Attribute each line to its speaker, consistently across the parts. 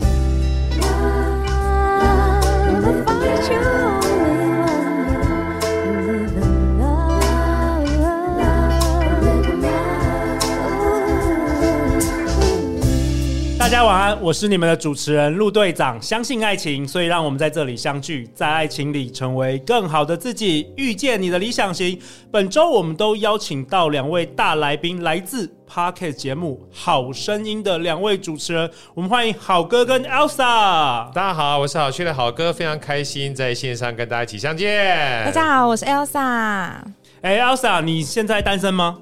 Speaker 1: 他。
Speaker 2: Love, find you only one. Live in love, live in love.
Speaker 3: 大家晚安，我是你们的主持人陆队长。相信爱情，所以让我们在这里相聚，在爱情里成为更好的自己，遇见你的理想型。本周我们都邀请到两位大来宾，来自 Pocket 节目《好声音》的两位主持人，我们欢迎好哥跟 Elsa。
Speaker 4: 大家好，我是好趣的好哥，非常开心在线上跟大家一起相见。
Speaker 5: 大家好，我是 Elsa，
Speaker 3: 哎、e l s a 你现在单身吗？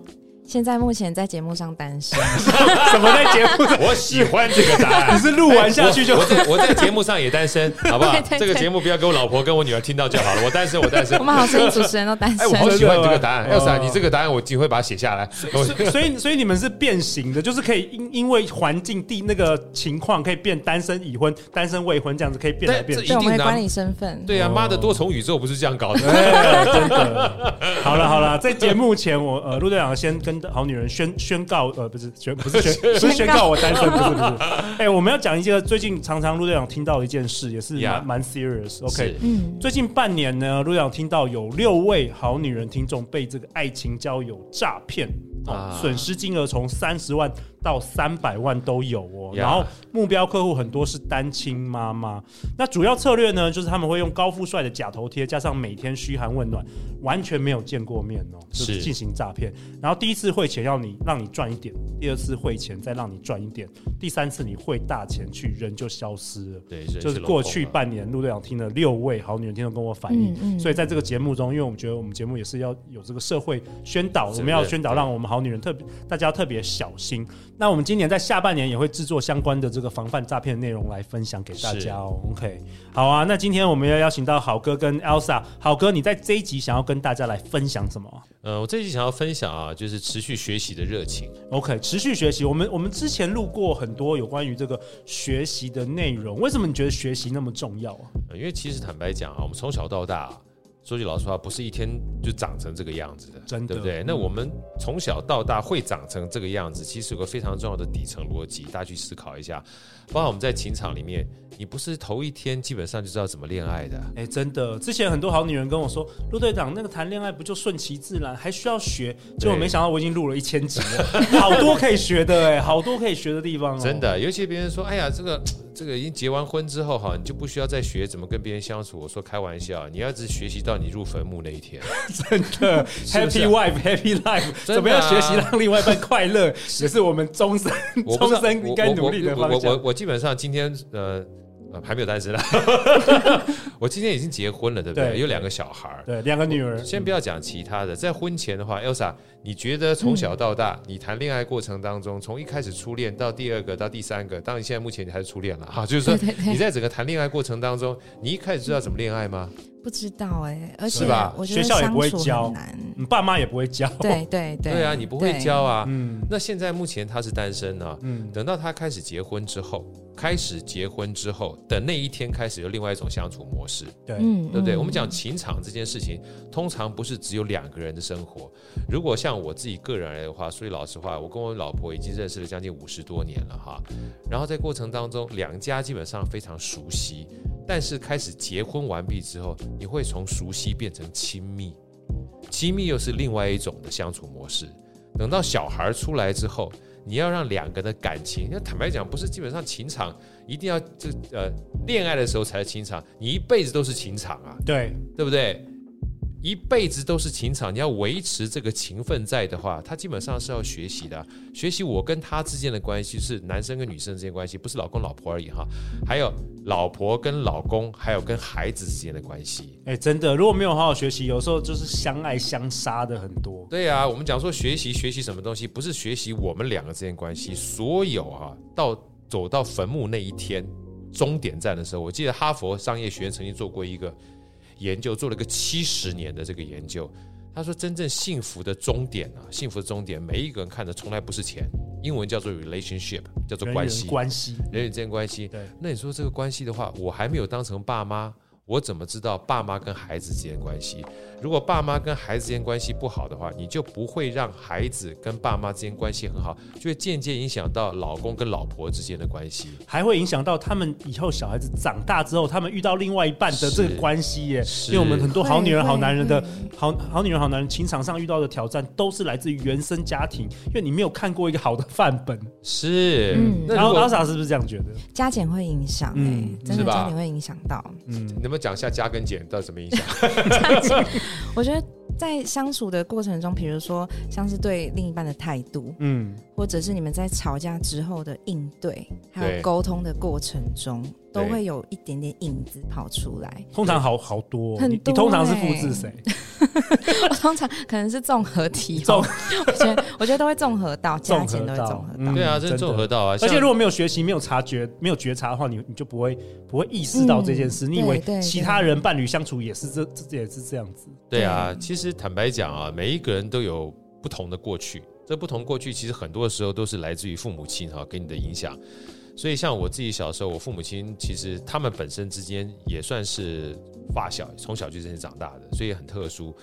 Speaker 5: 现在目前在节目上单 身，
Speaker 3: 什么在节目上？
Speaker 4: 我喜欢这个答案。
Speaker 3: 你
Speaker 4: 哎
Speaker 3: 是录完下去就
Speaker 4: 我我在我在节目上也单 身，好不好
Speaker 5: 对？对对
Speaker 4: 这个节目不要给我老婆跟我女儿听到就好了。我单身，我单身
Speaker 5: 我。们好声哦音主持人都单
Speaker 4: 哎，
Speaker 5: 身
Speaker 4: 我。好喜欢你这个答案
Speaker 3: 真的
Speaker 4: ，Elsa，
Speaker 3: 哦
Speaker 4: 你这个答案我只会把它写下来。
Speaker 3: 所以所以所以你们是变形的，就是可以因因为环境地那个情况可以变单身已婚、单身未婚这样子可以变来
Speaker 4: 但
Speaker 3: 变去。
Speaker 4: 这
Speaker 5: 对，我们
Speaker 4: 一
Speaker 5: 会
Speaker 4: 定的啊
Speaker 5: 管理身份。
Speaker 4: 对啊，妈的，多重宇宙不是这 样搞的。
Speaker 3: 哎真的，好了好了，在节目前我呃陆队长先跟好女人宣宣告呃不是宣不是宣是宣告我单身不是不是，哎、我们要讲一个最近常常陆队长听到的一件事，也是
Speaker 4: Yeah
Speaker 3: 蛮蛮 serious。OK，
Speaker 4: 是
Speaker 5: 嗯，
Speaker 3: 最近半年呢，陆队长听到有六位好女人听众被这个爱情交友诈骗，哦
Speaker 4: 啊，
Speaker 3: 损、失金额从三十万到三百万都有哦。
Speaker 4: 呀
Speaker 3: 然后目标客户很多是单亲妈妈，那主要策略呢，就是他们会用高富帅的假头贴，加上每天嘘寒问暖，完全没有见过面哦，就是
Speaker 4: 是
Speaker 3: 进行诈骗。然后第一次汇钱要你让你赚一点，第二次汇钱再让你赚一点，第三次你汇大钱去，人就消失了。
Speaker 4: 对，
Speaker 3: 就是过去
Speaker 4: 啊
Speaker 3: 半年，陆队长听了六位好女人听众跟我反映，
Speaker 5: 嗯嗯
Speaker 3: 所以在这个节目中，因为我们觉得我们节目也是要有这个社会宣导，我们要宣导让我们好女人特别大家特别小心。那我们今年在下半年也会制作相关的这个防范诈骗内容来分享给大家哦。OK，好啊，那今天我们要邀请到好哥跟 Elsa，好哥你在这一集想要跟大家来分享什么啊？
Speaker 4: 呃，我这期想要分享啊，就是持续学习的热情。
Speaker 3: OK，持续学习。我们我们之前录过很多有关于这个学习的内容，为什么你觉得学习那么重要啊？
Speaker 4: 呃因为其实坦白讲啊，我们从小到大啊、说句老实话，不是一天就长成这个样子的，
Speaker 3: 真的嗯
Speaker 4: 对不对？那我们从小到大会长成这个样子，其实有个非常重要的底层逻辑，大家去思考一下。包括我们在情场里面，你不是头一天基本上就知道怎么恋爱的，
Speaker 3: 哎、真的，之前很多好女人跟我说，陆队长那个谈恋爱不就顺其自然，还需要学？结果没想到我已经录了一千集了，好多可以学的哎、好多可以学的地方哦、
Speaker 4: 真的。尤其别人说，哎呀，这个这个已经结完婚之后哈，你就不需要再学怎么跟别人相处。我说开玩笑，你要只学习到你入坟墓那一天，
Speaker 3: 真的
Speaker 4: 是不是
Speaker 3: ，Happy
Speaker 4: 啊
Speaker 3: wife, Happy life，、
Speaker 4: 真的啊
Speaker 3: 怎么样学习让另外一半快乐，也是我们终 身
Speaker 4: 我不
Speaker 3: 终
Speaker 4: 知道
Speaker 3: 身应该
Speaker 4: 我
Speaker 3: 努力的
Speaker 4: 我我
Speaker 3: 方
Speaker 4: 我我
Speaker 3: 向。
Speaker 4: 我基本上今天呃呃还没有 单身啦， 我今天已经结婚了，对不对？
Speaker 3: 对
Speaker 4: 有两个小孩儿。
Speaker 3: 对，两个女儿，
Speaker 4: 先不要讲其他的，在婚前的话，Elsa，你觉得
Speaker 3: 嗯
Speaker 4: 从小到大，你谈恋爱过程当中，从一开始初恋到第二个到第三个，当然现在目前你还是初恋了哈，就是说
Speaker 5: 对对对
Speaker 4: 你在整个谈恋爱过程当中，你一开始知道怎么恋爱吗？
Speaker 5: 不知道哎，而且
Speaker 3: 是吧
Speaker 5: 我觉得
Speaker 3: 学校也
Speaker 5: 相
Speaker 3: 不会
Speaker 5: 处
Speaker 3: 教
Speaker 5: 很难。
Speaker 3: 你嗯爸妈也不会教。
Speaker 5: 对对对，
Speaker 4: 对啊，你不会
Speaker 5: 对
Speaker 4: 教啊。
Speaker 3: 嗯
Speaker 4: 那现在目前他是单身呢、
Speaker 3: 嗯，
Speaker 4: 等到他开始结婚之后，开始结婚之后的那一天开始，有另外一种相处模式，
Speaker 3: 对，
Speaker 5: 嗯
Speaker 4: 欸对不对？
Speaker 5: 嗯
Speaker 4: 我们讲情场这件事情，通常不是只有两个人的生活。如果像我自己个人而言的话，说句老实话，我跟我老婆已经认识了将近五十多年了哈。然后在过程当中，两家基本上非常熟悉，但是开始结婚完毕之后，你会从熟悉变成亲密，亲密又是另外一种的相处模式。等到小孩出来之后，你要让两个人的感情，那坦白讲，不是基本上情场一定要这呃恋爱的时候才是情场，你一辈子都是情场啊，
Speaker 3: 对，
Speaker 4: 对不对？一辈子都是情场，你要维持这个情分在的话，他基本上是要学习的啊。学习我跟他之间的关系是男生跟女生之间的关系，不是老公老婆而已哈。还有老婆跟老公，还有跟孩子之间的关系。
Speaker 3: 哎、真的，如果没有好好学习，有时候就是相爱相杀的很多。
Speaker 4: 对啊，我们讲说学习学习什么东西，不是学习我们两个之间的关系，所有啊，到走到坟墓那一天，终点站的时候，我记得哈佛商业学院曾经做过一个研究，做了个七十年的这个研究。他说，真正幸福的终点啊，幸福的终点，每一个人看的从来不是钱，英文叫做 relationship，叫做
Speaker 3: 人与
Speaker 4: 关
Speaker 3: 人
Speaker 4: 系，
Speaker 3: 关系，
Speaker 4: 人与人之间关系
Speaker 3: 对。
Speaker 4: 那你说这个关系的话，我还没有当成爸妈，我怎么知道爸妈跟孩子之间的关系？如果爸妈跟孩子之间关系不好的话，你就不会让孩子跟爸妈之间关系很好，就会间接影响到老公跟老婆之间的关系。
Speaker 3: 还会影响到他们以后小孩子长大之后，他们遇到另外一半的这个关系耶。
Speaker 4: 是
Speaker 3: 因为我们很多好女人、
Speaker 5: 会
Speaker 3: 好男人的
Speaker 5: 会
Speaker 3: 好好女人、好男人情场上遇到的挑战，都是来自于原生家庭，因为你没有看过一个好的范本。
Speaker 4: 是，
Speaker 5: 嗯
Speaker 4: 那
Speaker 3: 然
Speaker 4: 如
Speaker 3: 后
Speaker 4: 果
Speaker 3: 阿傻是不是这样觉得？
Speaker 5: 加减会影响哎、
Speaker 3: 嗯
Speaker 5: 真
Speaker 4: 是
Speaker 5: 的
Speaker 4: 吧
Speaker 5: 加减会影响到。
Speaker 4: 你能不能讲一下加跟减到底什么影响？
Speaker 3: 嗯
Speaker 5: 我觉得在相处的过程中，比如说像是对另一半的态度，
Speaker 3: 嗯，
Speaker 5: 或者是你们在吵架之后的应对，还
Speaker 4: 对
Speaker 5: 有沟通的过程中，都
Speaker 4: 对
Speaker 5: 会有一点点影子跑出来。
Speaker 3: 通常好好多哦、
Speaker 5: 很
Speaker 3: 你你
Speaker 5: 多欸
Speaker 3: 通常是
Speaker 5: 耶
Speaker 3: 复制 谁？
Speaker 5: 我通常可能是综合体哦，
Speaker 3: 综
Speaker 5: 我觉得我觉得都会综合到，加减都会综合
Speaker 3: 嗯
Speaker 5: 到。
Speaker 4: 对啊，
Speaker 3: 真
Speaker 4: 这是
Speaker 3: 的
Speaker 4: 综合到啊。
Speaker 3: 而且
Speaker 4: 像
Speaker 3: 如果没有学习、没有察觉、没有觉察的话，你你就不会不会意识到这件事。
Speaker 5: 嗯
Speaker 3: 你以为
Speaker 5: 对对
Speaker 3: 其他人伴侣相处也是这这也是这样子，
Speaker 4: 对啊，其实坦白讲啊，每一个人都有不同的过去，这不同过去其实很多时候都是来自于父母亲哈、给你的影响。所以像我自己小时候，我父母亲其实他们本身之间也算是发小，从小就这样长大的，所以很特殊，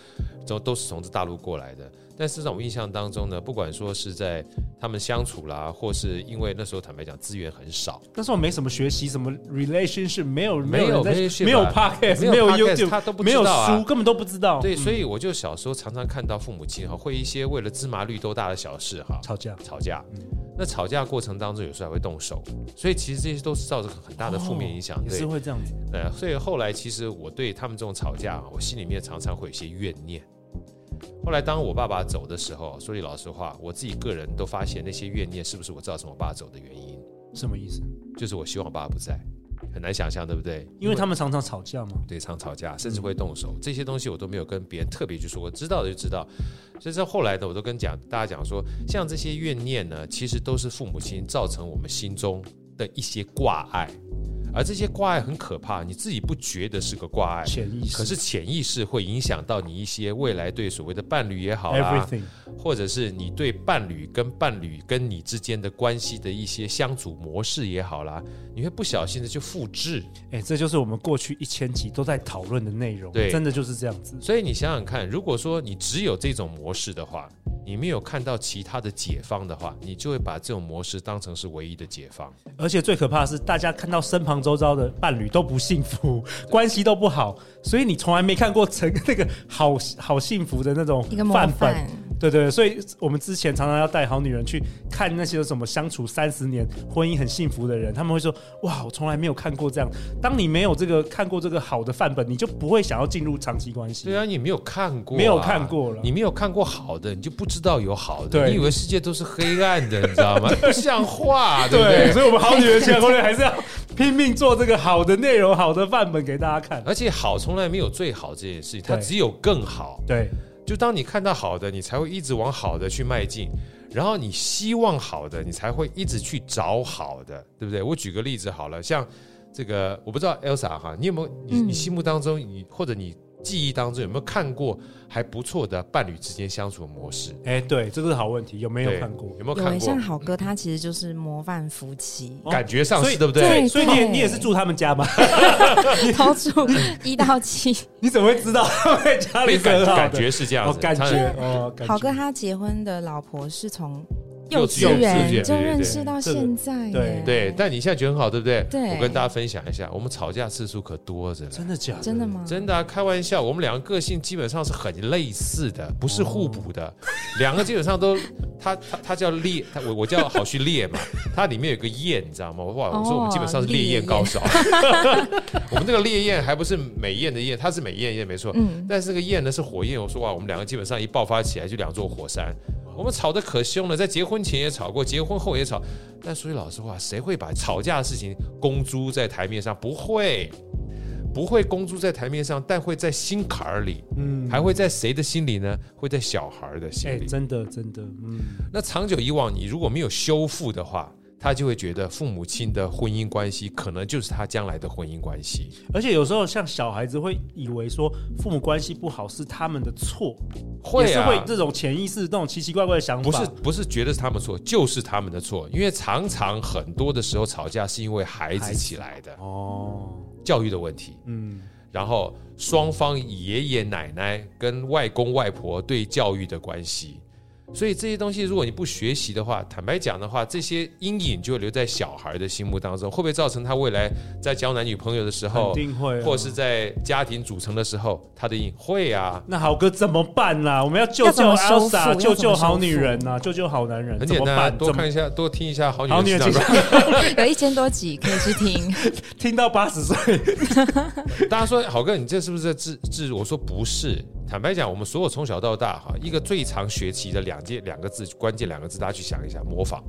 Speaker 4: 都都是从这大陆过来的。但是在我印象当中呢，不管说是在他们相处啦，或是因为那时候坦白讲资源很少，
Speaker 3: 那时候没什么学习，什么 relationship 没有
Speaker 4: 没
Speaker 3: 人
Speaker 4: 有
Speaker 3: 在
Speaker 4: relationship
Speaker 3: 没有
Speaker 4: 啊
Speaker 3: podcast
Speaker 4: 没有 podcast，
Speaker 3: YouTube
Speaker 4: 他都不
Speaker 3: 没
Speaker 4: 知
Speaker 3: 有
Speaker 4: 道啊
Speaker 3: 书，根本都不知道。
Speaker 4: 对，所
Speaker 3: 以
Speaker 4: 以我就小时候常常看到父母亲哈会一些为了芝麻绿豆大的小事哈
Speaker 3: 吵嗯架
Speaker 4: 吵架，那吵架过程当中有时候还会动手，所以其实这些都是造成很大的负面影响。
Speaker 3: 哦也是
Speaker 4: 对，
Speaker 3: 会这样子。
Speaker 4: 呃，所以后来其实我对他们这种吵架啊，我心里面常常会有一些怨念。后来当我爸爸走的时候，说句老实话，我自己个人都发现那些怨念是不是我造成我爸走的原因，
Speaker 3: 什么意思？
Speaker 4: 就是我希望我爸不在，很难想象，对不对？
Speaker 3: 因为他们常常吵架嘛。
Speaker 4: 对常吵架，甚至
Speaker 3: 嗯
Speaker 4: 会动手，这些东西我都没有跟别人特别去说过，知道的就知道。所以在后来呢，我都跟讲大家讲说，像这些怨念呢，其实都是父母亲造成我们心中的一些挂碍，而这些挂碍很可怕，你自己不觉得是个挂碍，
Speaker 3: 潜意识，
Speaker 4: 哎可是潜意识会影响到你一些未来对所谓的伴侣也好啦，
Speaker 3: everything
Speaker 4: 或者是你对伴侣跟伴侣跟你之间的关系的一些相处模式也好啦，你会不小心的去复制。
Speaker 3: 哎、这就是我们过去一千集都在讨论的内容，
Speaker 4: 对
Speaker 3: 真的就是这样子。
Speaker 4: 所以你想想看，如果说你只有这种模式的话，你没有看到其他的解放的话，你就会把这种模式当成是唯一的解放。
Speaker 3: 而且最可怕的是，大家看到身旁周遭的伴侣都不幸福，关系都不好，所以你从来没看过成那个好好幸福的那种
Speaker 5: 一个模
Speaker 3: 范本。
Speaker 5: 范，
Speaker 3: 对对对，所以我们之前常常要带好女人去看那些什么相处三十年、婚姻很幸福的人，他们会说：“哇，我从来没有看过这样。”当你没有这个看过这个好的范本，你就不会想要进入长期关系。
Speaker 4: 对啊，你没有看过啊、
Speaker 3: 没有看过了
Speaker 4: 你没有看过好的，你就不知道有好的，
Speaker 3: 对
Speaker 4: 你以为世界都是黑暗的，你知道吗？ 不像话，对不
Speaker 3: 对，
Speaker 4: 对？
Speaker 3: 所以我们好女人情感攻略还是要拼命做这个好的内容、好的范本给大家看。
Speaker 4: 而且好从来没有最好这件事情，它
Speaker 3: 对
Speaker 4: 只有更好。
Speaker 3: 对，
Speaker 4: 就当你看到好的，你才会一直往好的去迈进，然后你希望好的，你才会一直去找好的，对不对？我举个例子好了，像这个，我不知道 Elsa 哈，你有没有你
Speaker 5: 嗯
Speaker 4: 你心目当中你或者你记忆当中有没有看过还不错的伴侣之间相处的模式？
Speaker 3: 哎，对，这个是好问题，有没有
Speaker 4: 对
Speaker 3: 看过？
Speaker 4: 有没有
Speaker 5: 有
Speaker 4: 看
Speaker 5: 诶像
Speaker 4: 过？
Speaker 5: 好哥他其实就是模范夫妻，
Speaker 3: 哦
Speaker 4: 感觉上
Speaker 3: 所
Speaker 4: 是
Speaker 3: 以
Speaker 4: 对不对？
Speaker 5: 对
Speaker 3: 所以你也
Speaker 5: 对
Speaker 3: 你也是住他们家吗？
Speaker 5: 投注一到七。
Speaker 3: 你怎么会知 道他们家里
Speaker 4: 被
Speaker 3: 是
Speaker 4: 感
Speaker 3: 很好的？
Speaker 4: 感觉是这样
Speaker 3: 哦，
Speaker 4: 子，
Speaker 3: 感
Speaker 4: 他
Speaker 3: 觉哦，感觉
Speaker 5: 好哥他结婚的老婆是从
Speaker 4: 幼
Speaker 5: 幼
Speaker 4: 稚
Speaker 5: 稚
Speaker 4: 园对
Speaker 5: 园就
Speaker 4: 对对
Speaker 5: 认识到
Speaker 3: 这个
Speaker 5: 现在耶，
Speaker 3: 对
Speaker 4: 对，但你现在觉得很好，对不对？
Speaker 5: 对
Speaker 4: 我跟大家分享一下，我们吵架次数可多着呢。
Speaker 3: 真的假的？
Speaker 5: 真的？吗？
Speaker 4: 真的、啊，开玩笑，我们两个个性基本上是很类似的，不是互补的。两个基本上都，他他他叫烈，他我我叫好去烈嘛，它里面有个焰，你知道吗？哇，我说我们基本上是烈焰高手。 我们这个烈焰还不是美艳的艳，它是美艳艳没错，
Speaker 5: 嗯
Speaker 4: 但是这个焰呢是火焰。我说哇，我们两个基本上一爆发起来就两座火山。我们吵得可凶了，在结婚前也吵过，结婚后也吵。但说句老实话，谁会把吵架的事情公诸在台面上？不会，不会公诸在台面上，但会在心坎儿里，
Speaker 3: 嗯，
Speaker 4: 还会在谁的心里呢？会在小孩儿的心
Speaker 3: 哎，
Speaker 4: 里。
Speaker 3: 真的真的，嗯，
Speaker 4: 那长久以往，你如果没有修复的话，他就会觉得父母亲的婚姻关系可能就是他将来的婚姻关系。
Speaker 3: 而且有时候像小孩子会以为说父母关系不好是他们的错，
Speaker 4: 会
Speaker 3: 也是
Speaker 4: 啊，
Speaker 3: 会这种潜意识那种奇奇怪怪的想法，
Speaker 4: 不是不是觉得是他们错，就是他们的错，因为常常很多的时候吵架是因为孩子起来的
Speaker 3: 哦，
Speaker 4: 教育的问题。
Speaker 3: 嗯，
Speaker 4: 然后双方爷爷奶奶跟外公外婆对教育的关系。所以这些东西，如果你不学习的话，坦白讲的话，这些阴影就会留在小孩的心目当中，会不会造成他未来在交男女朋友的时
Speaker 3: 肯
Speaker 4: 候，
Speaker 3: 定会、啊。
Speaker 4: 或是在家庭组成的时候，他的阴影会啊，
Speaker 3: 那好哥怎么办啦、我们要救
Speaker 5: 要
Speaker 3: 救
Speaker 5: 怎么收
Speaker 3: Elsa，
Speaker 5: 腹
Speaker 3: 救
Speaker 5: 要怎
Speaker 3: 救
Speaker 5: 么
Speaker 3: 好
Speaker 5: 收
Speaker 3: 女
Speaker 5: 腹
Speaker 3: 人呐、救救好男人，
Speaker 4: 很
Speaker 3: 怎
Speaker 4: 简
Speaker 3: 么
Speaker 4: 单啊，
Speaker 3: 办？
Speaker 4: 多
Speaker 3: 怎么
Speaker 4: 看一下，多听一下好女
Speaker 3: 好
Speaker 4: 人
Speaker 3: 女
Speaker 4: 是
Speaker 3: 人其
Speaker 4: 哪个
Speaker 3: 实
Speaker 5: 有一千多集可以去听。
Speaker 3: 听到八十岁，
Speaker 4: 大家说，好哥，你这是不是在治治？我说不是。坦白讲，我们所有从小到大哈，一个最常学习的两件两个字，关键两个字，大家去想一下，模仿。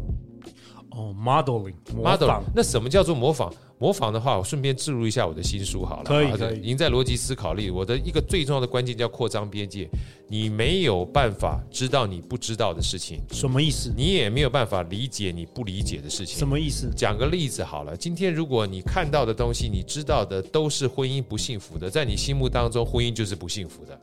Speaker 3: 哦，modeling 模
Speaker 4: Model，
Speaker 3: 仿，
Speaker 4: 那什么叫做模仿？模仿的话，我顺便置入一下我的新书好了。
Speaker 3: 可以
Speaker 4: 好的
Speaker 3: 可以
Speaker 4: 赢在逻辑思考力。我的一个最重要的关键叫扩张边界。你没有办法知道你不知道的事情，
Speaker 3: 什么意思？
Speaker 4: 你也没有办法理解你不理解的事情
Speaker 3: 什。么意思？
Speaker 4: 讲个例子好了，今天如果你看到的东西，你知道的都是婚姻不幸福的，在你心目当中，婚姻就是不幸福的。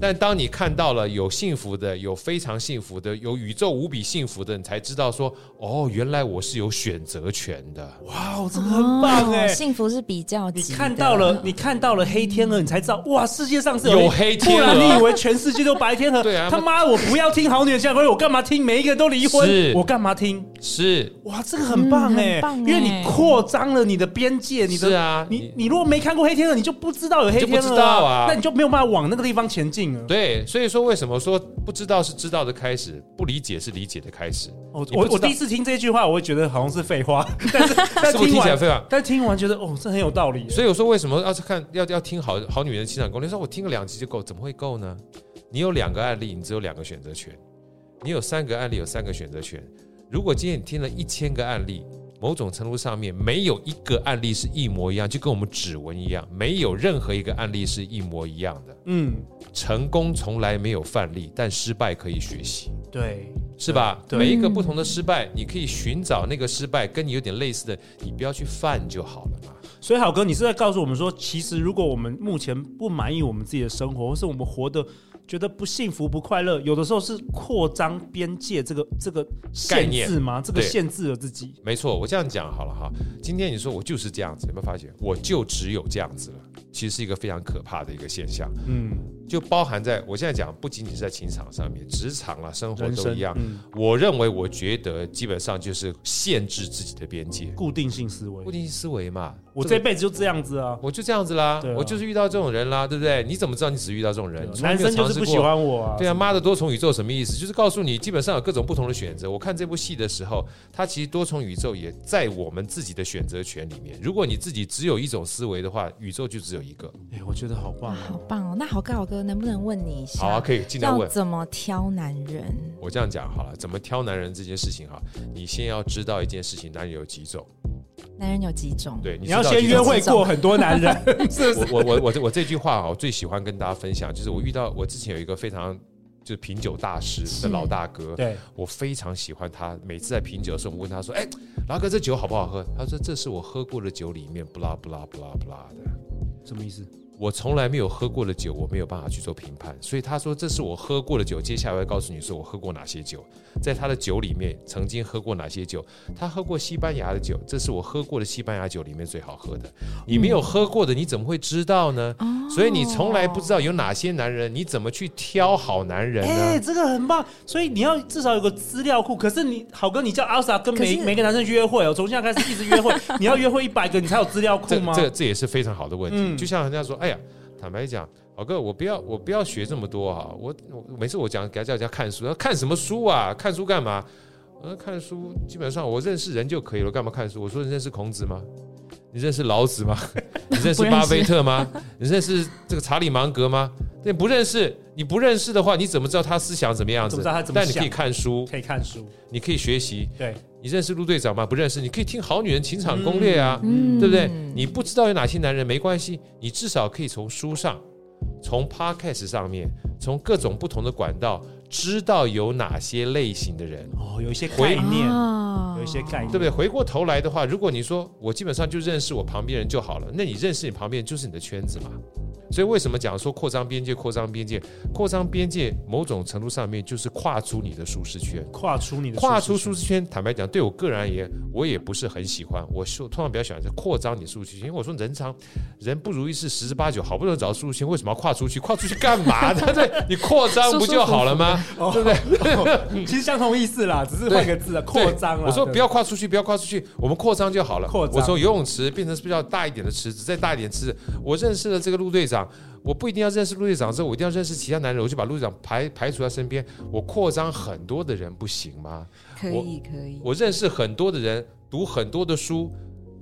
Speaker 4: 但当你看到了有幸福的，有非常幸福的，有宇宙无比幸福的，你才知道说，哦，原来我是有选择权的。
Speaker 3: 哇，哦，这个很棒哎、
Speaker 5: 幸福是比较
Speaker 3: 你
Speaker 5: 级的
Speaker 3: 看到了，你看到了黑天鹅，你才知道哇，世界上是
Speaker 4: 有黑天鹅
Speaker 3: 不然你以为全世界都白天鹅？
Speaker 4: 对啊
Speaker 3: 他妈的，我不要听好女人下跪，我干嘛听？每一个人都离婚
Speaker 4: 是，
Speaker 3: 我干嘛听？
Speaker 4: 是，
Speaker 3: 哇，这个很棒
Speaker 5: 嗯
Speaker 3: 哎、
Speaker 5: 很棒
Speaker 3: 因为你
Speaker 5: 哎
Speaker 3: 扩张了你的边界，你的
Speaker 4: 是啊
Speaker 3: 你
Speaker 4: 你
Speaker 3: 你如果没看过黑天鹅，你就不知道有黑
Speaker 4: 就不
Speaker 3: 天
Speaker 4: 知
Speaker 3: 鹅
Speaker 4: 道啊
Speaker 3: 那你就没有办法往那个地方前进了。
Speaker 4: 对，所以说为什么说不知道是知道的开始，不理解是理解的开始。
Speaker 3: 我
Speaker 4: 你不
Speaker 3: 哦我
Speaker 4: 知
Speaker 3: 我
Speaker 4: 道
Speaker 3: 第一次听这句话，我会觉得好像是废话， 但是但
Speaker 4: 是不是
Speaker 3: 听
Speaker 4: 听起来
Speaker 3: 完
Speaker 4: 非常？
Speaker 3: 但听完觉得哦，这很有道理。
Speaker 4: 所以我说为什么要是看要要听好好女人的情场攻略？说我听个两集就够，怎么会够呢？你有两个案例，你只有两个选择权；你有三个案例，有三个选择权。如果今天你听了一千个案例，某种程度上面没有一个案例是一模一样，就跟我们指纹一样，没有任何一个案例是一模一样的。
Speaker 3: 嗯，
Speaker 4: 成功从来没有范例，但失败可以学习。
Speaker 3: 对，
Speaker 4: 是吧？
Speaker 3: 对
Speaker 4: 每一个不同的失败，你可以寻找那个失败跟你有点类似的，你不要去犯就好了嘛。
Speaker 3: 所以好哥，你是在告诉我们说，其实如果我们目前不满意我们自己的生活，或是我们活得觉得不幸福、不快乐，有的时候是扩张边界这个这个限制吗？这个
Speaker 4: 对
Speaker 3: 限制了自己。
Speaker 4: 没错，我这样讲好了哈。今天你说我就是这样子，有没有发现？我就只有这样子了，其实是一个非常可怕的一个现象，
Speaker 3: 嗯，
Speaker 4: 就包含在我现在讲，不仅仅是在情场上面，职场啦、生活
Speaker 3: 人
Speaker 4: 都
Speaker 3: 生
Speaker 4: 一样。
Speaker 3: 嗯
Speaker 4: 我认为，我觉得基本上就是限制自己的边界，
Speaker 3: 固定性思维
Speaker 4: 固，定性思维嘛。
Speaker 3: 我
Speaker 4: 这
Speaker 3: 这
Speaker 4: 个
Speaker 3: 辈子就这样子啊。
Speaker 4: 我就这样子啦
Speaker 3: 对啊，
Speaker 4: 我就是遇到这种人啦，对不对？你怎么知道你只遇到这种人？你从来
Speaker 3: 男
Speaker 4: 没有
Speaker 3: 生就
Speaker 4: 尝
Speaker 3: 是
Speaker 4: 试
Speaker 3: 不
Speaker 4: 过
Speaker 3: 喜欢我啊。
Speaker 4: 对啊，妈的多重宇宙什么意思？就是告诉你，基本上有各种不同的选择。我看这部戏的时候，它其实多重宇宙也在我们自己的选择权里面。如果你自己只有一种思维的话，宇宙就只有一个。
Speaker 3: 哎、我觉得好棒
Speaker 5: 哇，
Speaker 3: 啊
Speaker 5: 好！棒哦！那好哥，好哥，能不能问你一下？
Speaker 4: 好啊，可以尽量
Speaker 5: 要
Speaker 4: 问。
Speaker 5: 怎么挑男人？
Speaker 4: 我这样讲好了，怎么挑男人这件事情哈，你先要知道一件事情，男人有几种。
Speaker 5: 男人有几种？
Speaker 4: 对，
Speaker 3: 你
Speaker 4: 知道
Speaker 3: 要先
Speaker 4: 几
Speaker 3: 约
Speaker 4: 种
Speaker 3: 会过很多男 人，
Speaker 4: 我我我我这我这句话啊，我最喜欢跟大家分享，就是我遇到我之前有一个非常就是品酒大师
Speaker 5: 是
Speaker 4: 的老大哥，
Speaker 3: 对，
Speaker 4: 我非常喜欢他。每次在品酒的时候，我们问他说：“哎、老哥，这酒好不好喝？”他说：“这是我喝过的酒里面不啦不啦不啦不啦的。
Speaker 3: 什么意思？”
Speaker 4: 我从来没有喝过的酒，我没有办法去做评判，所以他说这是我喝过的酒。接下来我会告诉你说我喝过哪些酒，在他的酒里面曾经喝过哪些酒。他喝过西班牙的酒，这是我喝过的西班牙酒里面最好喝的。你没有喝过的，你怎么会知道呢？
Speaker 5: 哦
Speaker 4: 所以你从来不知道有哪些男人，你怎么去挑好男人
Speaker 3: 哎、
Speaker 4: 呢？
Speaker 3: 这个很棒，所以你要至少有个资料库。可是你好哥，你叫阿 sa 跟每
Speaker 5: 可是
Speaker 3: 每个男生约会哦，从现在开始一直约会， 你要约会一百个，你才有资料库
Speaker 4: 这
Speaker 3: 吗？
Speaker 4: 这这也是非常好的问题。
Speaker 3: 嗯
Speaker 4: 就像人家说，哎呀，坦白讲，老哥，我不要我不要学这么多啊！我我每次我讲给他叫人家看书，要看什么书啊？看书干嘛？呃，看书基本上我认识人就可以了，干嘛看书？我说你认识孔子吗？你认识老子吗？你 认识巴菲特吗？你认识这个查理芒格吗？那不认识，你不认识的话，你怎么知道他思想怎么样
Speaker 3: 怎么知
Speaker 4: 子？
Speaker 3: 道他怎么
Speaker 4: 但你可以
Speaker 3: 想
Speaker 4: 看书，
Speaker 3: 可以看书，
Speaker 4: 你可以学习。
Speaker 3: 对，
Speaker 4: 你认识陆队长吗？不认识，你可以听《好女人情场攻略》啊。
Speaker 5: 嗯
Speaker 4: 对不对？你不知道有哪些男人没关系，你至少可以从书上、从 podcast 上面、从各种不同的管道知道有哪些类型的人，
Speaker 3: 哦，有一些概
Speaker 4: 回
Speaker 3: 念，
Speaker 5: 啊
Speaker 3: 有一些概念，
Speaker 4: 对不对？回过头来的话，如果你说我基本上就认识我旁边人就好了，那你认识你旁边人就是你的圈子嘛。所以为什么讲说扩张边界、扩张边界、扩张边界，某种程度上面就是跨出你的舒适圈。
Speaker 3: 跨出你的
Speaker 4: 跨
Speaker 3: 舒
Speaker 4: 出
Speaker 3: 适圈
Speaker 4: 舒适圈，坦白讲，对我个人而言，我也不是很喜欢。我说通常比较喜欢是扩张你舒适圈，因为我说人常人不如意事十之八九，好不容易找到舒适圈，为什么要跨出去？跨出去干嘛？ 对不对？你扩张不就好了吗？对不对？
Speaker 3: 其实相同意思啦，只是
Speaker 4: 对
Speaker 3: 换个字啊，哦扩张啦。
Speaker 4: 我说
Speaker 3: 对
Speaker 4: 不要跨出去，不要跨出去，我们扩张就好了。
Speaker 3: 扩张
Speaker 4: 我从游泳池变成比较大一点的池子，再大一点池子。我认识了这个陆队长，我不一定要认识陆队长之后，我一定要认识其他男人，我就把陆队长排排除在身边。我扩张很多的人不行吗？
Speaker 5: 可以可以，
Speaker 4: 我认识很多的人，读很多的书，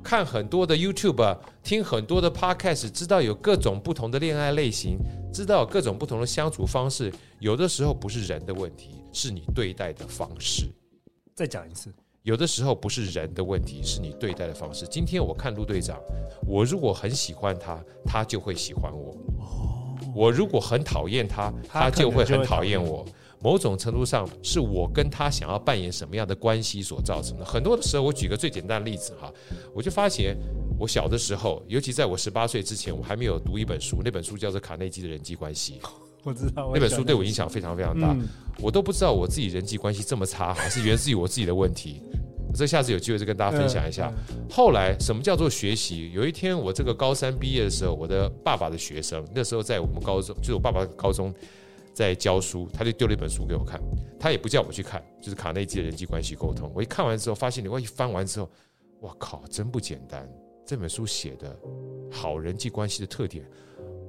Speaker 4: 看很多的 YouTube，听很多的 Podcast，知道有各种不同的恋爱类型，知道有各种不同的相处方式。有的时候不是人的问题，是你对待的方式。
Speaker 3: 再讲一次，
Speaker 4: 有的时候不是人的问题，是你对待的方式。今天我看陆队长，我如果很喜欢他，他就会喜欢我；我如果很讨厌他，
Speaker 3: 哦他
Speaker 4: 他
Speaker 3: 可能
Speaker 4: 就会
Speaker 3: 就
Speaker 4: 很
Speaker 3: 会讨
Speaker 4: 讨厌
Speaker 3: 厌
Speaker 4: 我。某种程度上，是我跟他想要扮演什么样的关系所造成的。很多的时候，我举个最简单的例子哈，我就发现我小的时候，尤其在我十八岁之前，我还没有读一本书，那本书叫做《卡内基的人际关系》，
Speaker 3: 哦我知道
Speaker 4: 那本书对我影响非常非常大。
Speaker 3: 嗯
Speaker 4: 我都不知道我自己人际关系这么差，还是源自于我自己的问题。 这下次有机会再跟大家分享一
Speaker 3: 嗯
Speaker 4: 下。后来什么叫做学习？有一天我这个高三毕业的时候，我的爸爸的学生，那时候在我们高中，就是我爸爸高中在教书，他就丢了一本书给我看，他也不叫我去看，就是卡内基的人际关系沟通。我一看完之后，发现你我一翻完之后，哇靠，真不简单！这本书写的好人际关系的特点，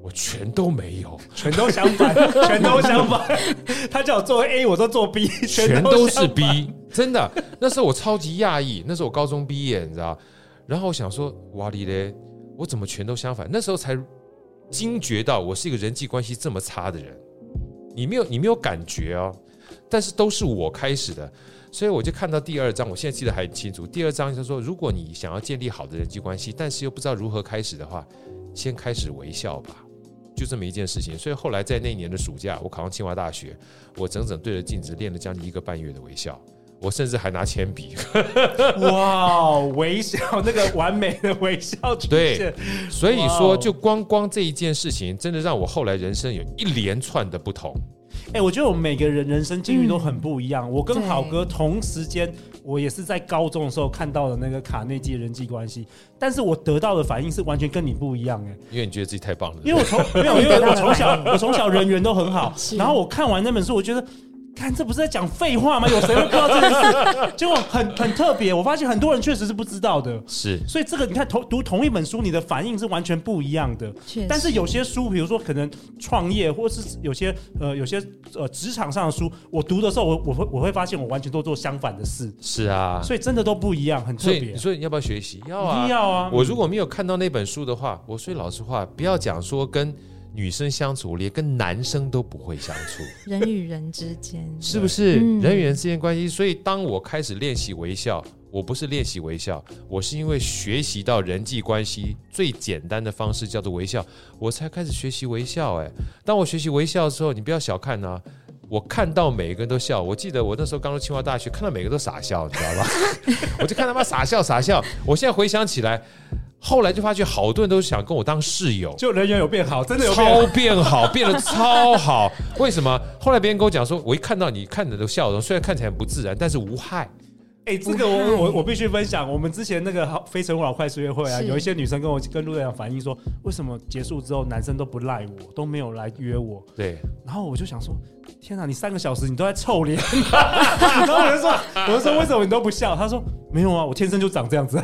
Speaker 4: 我全都没有。
Speaker 3: 全都相反，全都相反。 他叫我做 A，我说做 B，
Speaker 4: 全
Speaker 3: 都
Speaker 4: 都是
Speaker 3: 相反
Speaker 4: B，真的。 那时候我超级讶异，那时候我高中毕业，你知道，然后我想说，哇哩嘞，我怎么全都相反？那时候才惊觉到我是一个人际关系这么差的人。你没有，你没有感觉哦，但是都是我开始的，所以我就看到第二章，我现在记得还很清楚。第二章就是说，如果你想要建立好的人际关系，但是又不知道如何开始的话，先开始微笑吧，就这么一件事情。所以后来在那年的暑假，我考上清华大学，我整整对着镜子练了将近一个半月的微笑，我甚至还拿铅笔。
Speaker 3: 哇，微笑那个完美的微笑出现
Speaker 4: 对，所以
Speaker 3: 哇哦
Speaker 4: 说，就光光这一件事情，真的让我后来人生有一连串的不同。
Speaker 3: 哎、我觉得我们每个人人生境遇都很不一样。我跟好哥同时间，我也是在高中的时候看到的那个卡内基的人际关系，但是我得到的反应是完全跟你不一样哎、
Speaker 4: 因为你觉得自己太棒了，
Speaker 3: 因为我从没有，因为我从小我从小人缘都很好，然后我看完那本书，我觉得。看，这不是在讲废话吗？有谁会不知道这件事？ 结果很很特别，我发现很多人确实是不知道的。
Speaker 4: 是
Speaker 3: 所以这个你看同读同一本书，你的反应是完全不一样的。
Speaker 5: 确实
Speaker 3: 但是有些书，比如说可能创业，或是有些呃有些呃职场上的书，我读的时候，我我会我会发现我完全都做相反的事，
Speaker 4: 是啊，
Speaker 3: 所以真的都不一样，很特
Speaker 4: 所
Speaker 3: 别。
Speaker 4: 以你说你要不要学习？要
Speaker 3: 一
Speaker 4: 啊
Speaker 3: 定，要啊！
Speaker 4: 我如果没有看到那本书的话，我说老实话，不要讲说跟女生相处，我连跟男生都不会相处，
Speaker 5: 人与人之间
Speaker 4: 是不是？
Speaker 5: 嗯
Speaker 4: 人与人之间关系，所以当我开始练习微笑，我不是练习微笑，我是因为学习到人际关系最简单的方式叫做微笑，我才开始学习微笑、哎，当我学习微笑的时候，你不要小看啊。我看到每个人都笑，我记得我那时候刚入清华大学，看到每个都傻笑，你知道吧？我就看他妈傻笑傻笑。我现在回想起来，后来就发觉好多人都想跟我当室友，
Speaker 3: 就人缘有变好，真的有变好
Speaker 4: 超变好， 变得超好。为什么？后来别人跟我讲说，我一看到你看着都笑容，虽然看起来很不自然，但是无害。
Speaker 3: 哎、这个我我我必须分享，我们之前那个好《非诚勿扰》快速约会啊，
Speaker 5: 是
Speaker 3: 有一些女生跟我跟陆队长反映说，为什么结束之后男生都不赖我，都没有来约我？
Speaker 4: 对，
Speaker 3: 然后我就想说，天哪，你三个小时你都在臭脸， 然后我就说，我就说为什么你都不笑？他说没有啊，我天生就长这样子。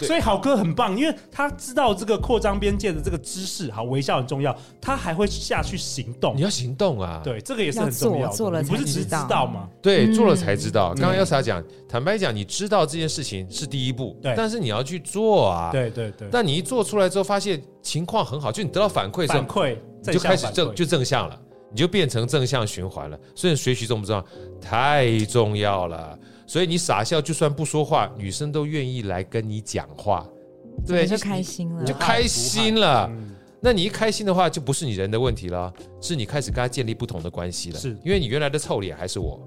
Speaker 3: 所以好哥很棒，因为他知道这个扩张边界的这个知识，好微笑很重要，他还会下去行动
Speaker 4: 你。要行动啊！
Speaker 3: 对，这个也是很
Speaker 5: 要做
Speaker 3: 重要的，
Speaker 5: 做了
Speaker 3: 你不
Speaker 5: 才
Speaker 3: 是只是
Speaker 5: 知
Speaker 3: 知
Speaker 5: 道
Speaker 3: 道吗？
Speaker 4: 对
Speaker 5: 嗯
Speaker 4: 做了才知道。刚刚要啥讲？坦白讲，你知道这件事情是第一步，
Speaker 3: 对
Speaker 4: 但是你要去做啊。。
Speaker 3: 对对对，
Speaker 4: 但你一做出来之后，发现情况很好，就你得到反馈之后
Speaker 3: 反，馈
Speaker 4: 你
Speaker 3: 正
Speaker 4: 就
Speaker 3: 向
Speaker 4: 开始
Speaker 3: 反馈
Speaker 4: 正就正向了，你就变成正向循环了。所以学习重不重要？太重要了。所以你傻笑，就算不说话，女生都愿意来跟你讲话，对，
Speaker 5: 你就开心了
Speaker 4: 你就开心了。
Speaker 3: 嗯
Speaker 4: 那你一开心的话，就不是你人的问题了，是你开始跟他建立不同的关系了。
Speaker 3: 是
Speaker 4: 因为你原来的臭脸还是我，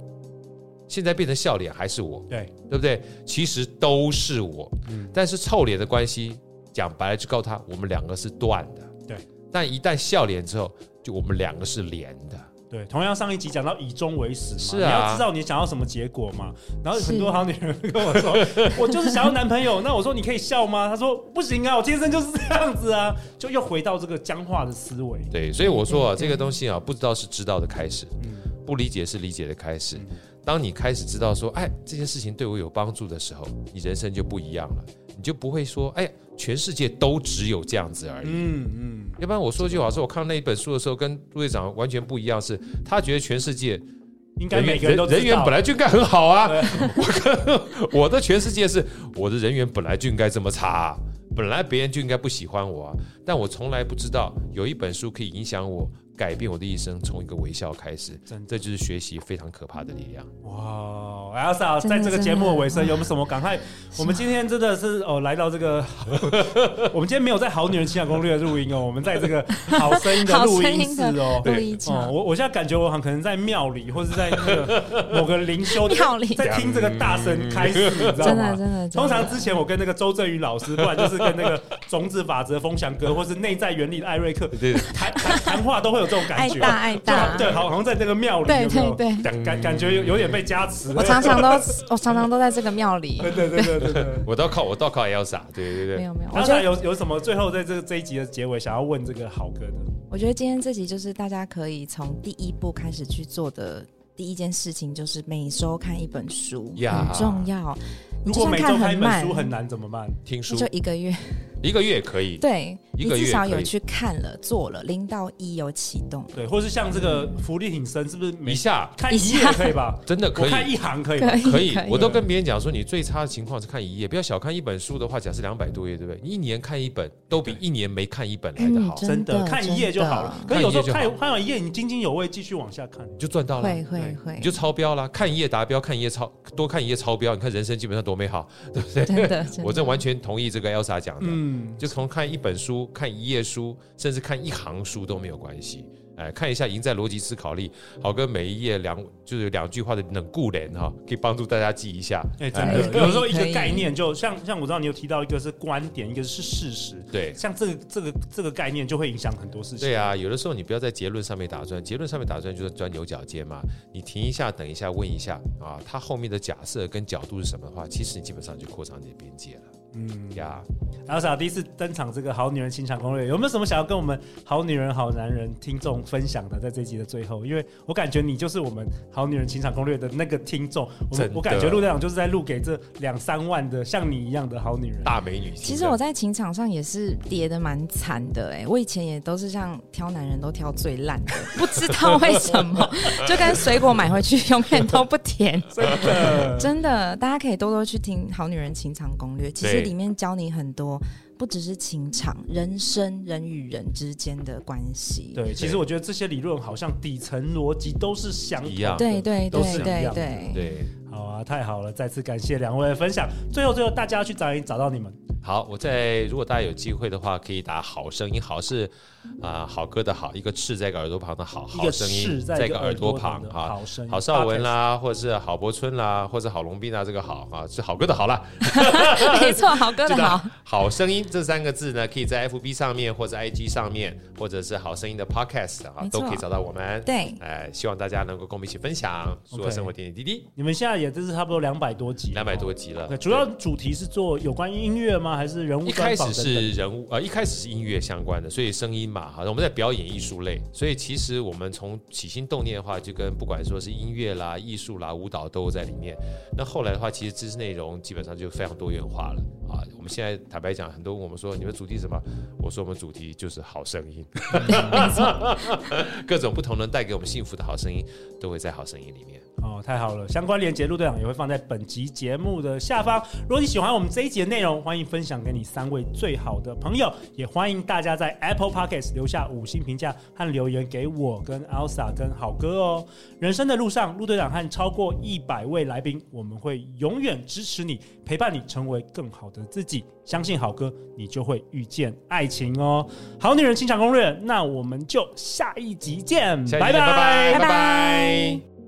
Speaker 4: 现在变成笑脸还是我，
Speaker 3: 对，
Speaker 4: 对不对？其实
Speaker 3: 嗯
Speaker 4: 都是我，但是臭脸的关系，讲白了就告诉他，我们两个是断的。
Speaker 3: 对。
Speaker 4: 但一旦笑脸之后，就我们两个是连的。
Speaker 3: 对，同样上一集讲到以终为始嘛，
Speaker 4: 是
Speaker 3: 你
Speaker 4: 啊
Speaker 3: 要知道你想要什么结果嘛。然后很多
Speaker 5: 是
Speaker 3: 好女人跟我说， 我就是想要男朋友，那我说你可以笑吗？她说不行啊，我天生就是这样子啊，就又回到这个僵化的思维。
Speaker 4: 对，所以我说啊，
Speaker 5: 嗯
Speaker 4: 这个东西啊，不知道是知道的开始，
Speaker 3: 嗯，
Speaker 4: 不理解是理解的开始
Speaker 3: 嗯。
Speaker 4: 当你开始知道说，哎，这件事情对我有帮助的时候，你人生就不一样了，你就不会说，哎，全世界都只有这样子而已。
Speaker 3: 嗯嗯，
Speaker 4: 要不然我说句老实话，我看那一本书的时候，跟陆队长完全不一样，是他觉得全世界
Speaker 3: 应该
Speaker 4: 人
Speaker 3: 每
Speaker 4: 员
Speaker 3: 个人都知道
Speaker 4: 人员本来就应该很好啊
Speaker 3: 对。
Speaker 4: 我跟我的全世界是我的人员本来就应该这么差啊、本来别人就应该不喜欢我啊。但我从来不知道有一本书可以影响我，改变我的一生，从一个微笑开始
Speaker 3: 真的。
Speaker 4: 这就是学习非常可怕的力量。
Speaker 3: 哇，艾莎，
Speaker 5: 真的
Speaker 3: 在这个节目的尾声
Speaker 5: 真的
Speaker 3: 有没有什么感慨？我们今天真的是哦，来到这个， 我们今天没有在《好女人情感攻略》录音哦，我们在这个《好声 音》的录音室哦。
Speaker 5: 录一场
Speaker 3: 哦，我我现在感觉我好像可能在庙里，或者在那 个某个灵修的
Speaker 5: 庙里嗯
Speaker 3: 在听这个大神开始，你知道
Speaker 5: 真的
Speaker 3: 吗？
Speaker 5: 真的，
Speaker 3: 通常之前我跟那个周振宇老师，不然就是跟那个种子法则风翔哥，或是内在原理的艾瑞克
Speaker 4: 对，
Speaker 3: 谈谈谈话，都会有这种感
Speaker 5: 爱
Speaker 3: 觉。啊
Speaker 5: 大爱
Speaker 3: 对
Speaker 5: 大，
Speaker 3: 对，好好像在那个庙里，
Speaker 5: 对
Speaker 3: 有没有
Speaker 5: 对对嗯
Speaker 3: 感感感觉有有点被加持。
Speaker 5: 我常常都我常常都在这个庙里，
Speaker 3: 对对对对对对。
Speaker 4: 我倒靠，我倒靠 Elsa，对对
Speaker 5: 没
Speaker 4: 对，
Speaker 5: 有没有，我
Speaker 3: 当
Speaker 5: 觉
Speaker 3: 然
Speaker 5: 得
Speaker 3: 有有什么最后在这个这一集的结尾想要问这个好哥的，
Speaker 5: 我觉得今天这集就是大家可以从第一步开始去做的第一件事情，就是每周看一本书，
Speaker 4: 呀
Speaker 5: 很重要。你
Speaker 3: 如
Speaker 5: 就
Speaker 3: 果
Speaker 5: 算
Speaker 3: 每周
Speaker 5: 看
Speaker 3: 看
Speaker 5: 很
Speaker 3: 一本
Speaker 5: 慢，
Speaker 3: 书很难怎么办？
Speaker 4: 听书
Speaker 5: 那就一个月，
Speaker 4: 一个月可以，
Speaker 5: 对，
Speaker 4: 一
Speaker 5: 你
Speaker 4: 个月
Speaker 5: 至少
Speaker 4: 可
Speaker 5: 有
Speaker 4: 以
Speaker 5: 去看了、做了，零到一有启动，
Speaker 3: 对，或是像这个福利挺深，是不是每
Speaker 4: 一下
Speaker 3: 看一页可以吧？
Speaker 4: 真的
Speaker 3: 我
Speaker 4: 可以。
Speaker 3: 看 一行可以吧。
Speaker 5: 可以
Speaker 4: 可以，我都跟别人讲说，你最差的情况是看一页，不要小看一本书的话，假设两百多页，对不对？你一年看一本，都比一年没看一本来的好，
Speaker 5: 真的
Speaker 3: 看一页就好了。可
Speaker 4: 真的
Speaker 3: 是有时候
Speaker 4: 看一
Speaker 3: 看
Speaker 4: 页就好
Speaker 3: 看完一页，你津津有味，继续往下看。
Speaker 4: 你就赚到了。
Speaker 5: 会
Speaker 3: 对
Speaker 5: 会会
Speaker 4: 你，就超标啦，看一页达标，看一页超多看一页超标，你看人生基本上多美好。
Speaker 5: 真的，真
Speaker 4: 我
Speaker 5: 的
Speaker 4: 这完全同意这个 Elsa 讲的，
Speaker 3: 嗯，
Speaker 4: 就从看一本书、看一页书，甚至看一行书都没有关系。哎，看一下赢在逻辑思考力，好跟每一页两就是有两句话的冷固连哈，可以帮助大家记一下。
Speaker 3: 哎，真
Speaker 5: 哎
Speaker 3: 的，
Speaker 5: 可以
Speaker 3: 有时候一
Speaker 5: 可
Speaker 3: 个
Speaker 5: 以
Speaker 3: 概念就像像我知道你有提到一个是观点，一个是事实，
Speaker 4: 对
Speaker 3: 像这个这个这个概念就会影响很多事情。
Speaker 4: 对啊，有的时候你不要在结论上面打转，结论上面打转就是钻牛角尖嘛。你停一下，等一下，问一下啊，它后面的假设跟角度是什么的话，其实你基本上就扩张你的边界了。嗯呀，
Speaker 3: 然后小第一次登场这个《好女人情场攻略》，有没有什么想要跟我们好女人、好男人听众分享的？在这一集的最后，因为我感觉你就是我们《好女人情场攻略》的那个听众，我
Speaker 4: 真
Speaker 3: 们
Speaker 4: 的
Speaker 3: 我感觉陆队长就是在录给这两三万的像你一样的好女人。
Speaker 4: 大美女。
Speaker 5: 其实我在情场上也是跌的蛮惨的哎、我以前也都是像挑男人都挑最烂的，不知道为什么，就跟水果买回去永远都不甜。
Speaker 3: 真的，
Speaker 5: 真的，大家可以多多去听《好女人情场攻略》，其实
Speaker 4: 对
Speaker 5: 里面教你很多，不只是情场，人生人与人之间的关系。
Speaker 3: 对，其实我觉得这些理论好像底层逻辑都是相同的
Speaker 4: 一样
Speaker 5: 对对
Speaker 3: 都
Speaker 5: 对
Speaker 3: 是一
Speaker 5: 对
Speaker 3: 样的
Speaker 5: 对，
Speaker 4: 对，
Speaker 3: 好啊，太好了！再次感谢两位的分享。最后，最后大家去找一找到你们，
Speaker 4: 好，我在如果大家有机会的话，可以打好声音，好是啊、好歌的好，一个赤在一个耳朵旁的好，
Speaker 3: 一
Speaker 4: 好
Speaker 3: 个
Speaker 4: 声
Speaker 3: 是
Speaker 4: 音
Speaker 3: 在一
Speaker 4: 一
Speaker 3: 个
Speaker 4: 个
Speaker 3: 耳
Speaker 4: 耳
Speaker 3: 朵
Speaker 4: 朵
Speaker 3: 旁
Speaker 4: 旁
Speaker 3: 的
Speaker 4: 啊。
Speaker 3: 好声音，
Speaker 4: 郝邵文啦，或者是郝柏村啦，或者郝龙斌啊，这个好啊，是好歌的好啦，
Speaker 5: 没错，好哥的
Speaker 4: 知道
Speaker 5: 好，
Speaker 4: 好声音这三个字呢，可以在 FB 上面，或者 IG 上面，或者是好声音的 Podcast 啊，
Speaker 5: 没错
Speaker 4: 都可以找到我们。
Speaker 5: 对
Speaker 4: 哎，希望大家能够跟我们一起分享，所有
Speaker 3: OK
Speaker 4: 生活点点滴滴，
Speaker 3: 你们现在也就是差不多两百多集了，
Speaker 4: 两百多集了
Speaker 3: 对，。主要主题是做有关音乐吗？还是人物
Speaker 4: 一
Speaker 3: 专
Speaker 4: 开
Speaker 3: 访
Speaker 4: 始
Speaker 3: 等等？
Speaker 4: 是人物，呃，一开始是音乐相关的，所以声音嘛，好，我们在表演艺术类，所以其实我们从起心动念的话，就跟不管说是音乐啦、艺术啦、舞蹈都有在里面。那后来的话，其实知识内容基本上就非常多元化了啊。我们现在坦白讲，很多人问我们说你们主题是什么，我说我们主题就是好声音，各种不同能带给我们幸福的好声音，都会在好声音里面。
Speaker 3: 哦，太好了！相关链接陆队长也会放在本集节目的下方。如果你喜欢我们这一集的内容，欢迎分享给你三位最好的朋友，也欢迎大家在 Apple Podcast 留下五星评价和留言给我、跟 Elsa、跟好哥哦。人生的路上，陆队长和超过一百位来宾，我们会永远支持你，陪伴你成为更好的自己。相信好哥，你就会遇见爱情哦。好女人情场攻略，那我们就下一集见，
Speaker 4: 下一集见拜拜
Speaker 5: 拜拜
Speaker 4: 拜拜